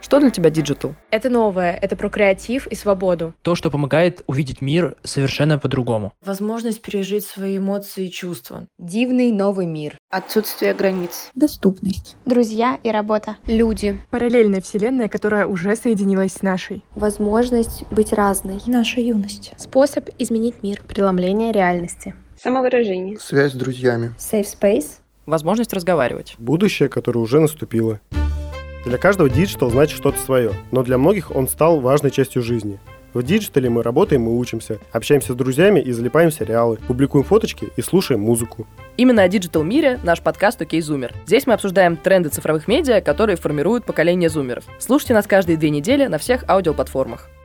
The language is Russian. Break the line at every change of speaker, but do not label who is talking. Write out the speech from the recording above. Что для тебя диджитал?
Это новое, это про креатив и свободу.
То, что помогает увидеть мир совершенно по-другому.
Возможность пережить свои эмоции и чувства.
Дивный новый мир.
Отсутствие границ.
Доступность.
Друзья и работа.
Люди.
Параллельная вселенная, которая уже соединилась с нашей.
Возможность быть разной.
Наша юность.
Способ изменить мир.
Преломление реальности.
Самовыражение.
Связь с друзьями.
Safe space.
Возможность разговаривать.
Будущее, которое уже наступило. Для каждого диджитал значит что-то свое, но для многих он стал важной частью жизни. В диджитале мы работаем и учимся, общаемся с друзьями и залипаем сериалы, публикуем фоточки и слушаем музыку.
Именно о диджитал-мире наш подкаст «Окей, Зумер». Здесь мы обсуждаем тренды цифровых медиа, которые формируют поколение зумеров. Слушайте нас каждые две недели на всех аудиоплатформах.